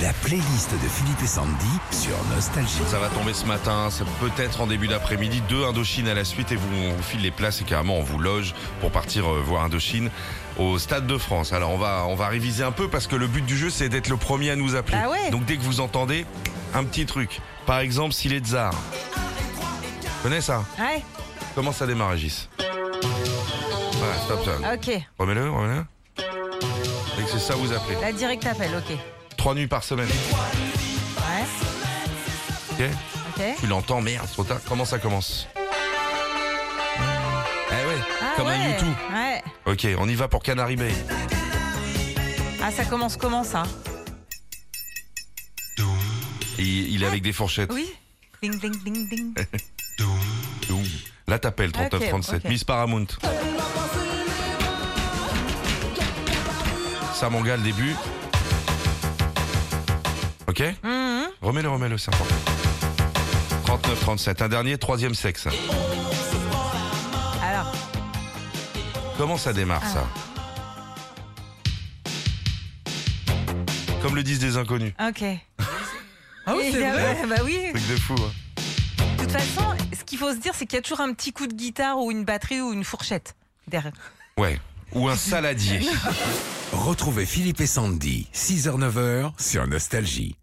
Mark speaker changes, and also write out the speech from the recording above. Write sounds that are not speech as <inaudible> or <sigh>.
Speaker 1: La playlist de Philippe et Sandy sur Nostalgie.
Speaker 2: Ça va tomber ce matin, ça peut être en début d'après-midi, deux Indochine à la suite et vous, on vous file les places et carrément on vous loge pour partir euh, voir Indochine au Stade de France. Alors on va, on va réviser un peu parce que le but du jeu c'est d'être le premier à nous appeler.
Speaker 3: Ah ouais
Speaker 2: Donc dès que vous entendez, un petit truc. Par exemple, s'il est tsar. Vous connaissez ça
Speaker 3: Ouais,
Speaker 2: Comment ça démarre, Régis Voilà, stop ça.
Speaker 3: ok.
Speaker 2: Remets-le, remets-le. Dès que c'est ça, vous appelez.
Speaker 3: La direct appel, ok.
Speaker 2: Trois nuits par semaine,
Speaker 3: Ouais,
Speaker 2: ok
Speaker 3: ok.
Speaker 2: Tu l'entends, merde, trop tard. Comment ça commence Eh ouais,
Speaker 3: Ah
Speaker 2: comme un
Speaker 3: ouais,
Speaker 2: YouTube.
Speaker 3: Ouais.
Speaker 2: Ok, on y va pour Canary Bay.
Speaker 3: Ah, ça commence comment ça
Speaker 2: Et il il est avec des fourchettes.
Speaker 3: Oui Ding, ding, ding, ding.
Speaker 2: Ouh. Là, t'appelles 3937.
Speaker 3: Ah, Ok, ok.
Speaker 2: Miss Paramount. Ça, mon gars, le début. Ok
Speaker 3: Mhm.
Speaker 2: Remets-le, remets-le, c'est important. 39-37, un dernier, troisième sexe.
Speaker 3: Alors,
Speaker 2: Comment ça démarre
Speaker 3: Ah.
Speaker 2: ça Comme le disent des inconnus.
Speaker 3: ok.
Speaker 4: Ah oui,
Speaker 3: Et-
Speaker 4: c'est
Speaker 3: <laughs> ah
Speaker 4: vrai.
Speaker 3: ouais, Bah oui.
Speaker 2: Truc de fou. hein.
Speaker 3: De toute façon, ce qu'il faut se dire, c'est qu'il y a toujours un petit coup de guitare ou une batterie ou une fourchette derrière.
Speaker 2: Ouais. Ou un saladier.
Speaker 1: Retrouvez Philippe et Sandy, 6h-9h sur Nostalgie.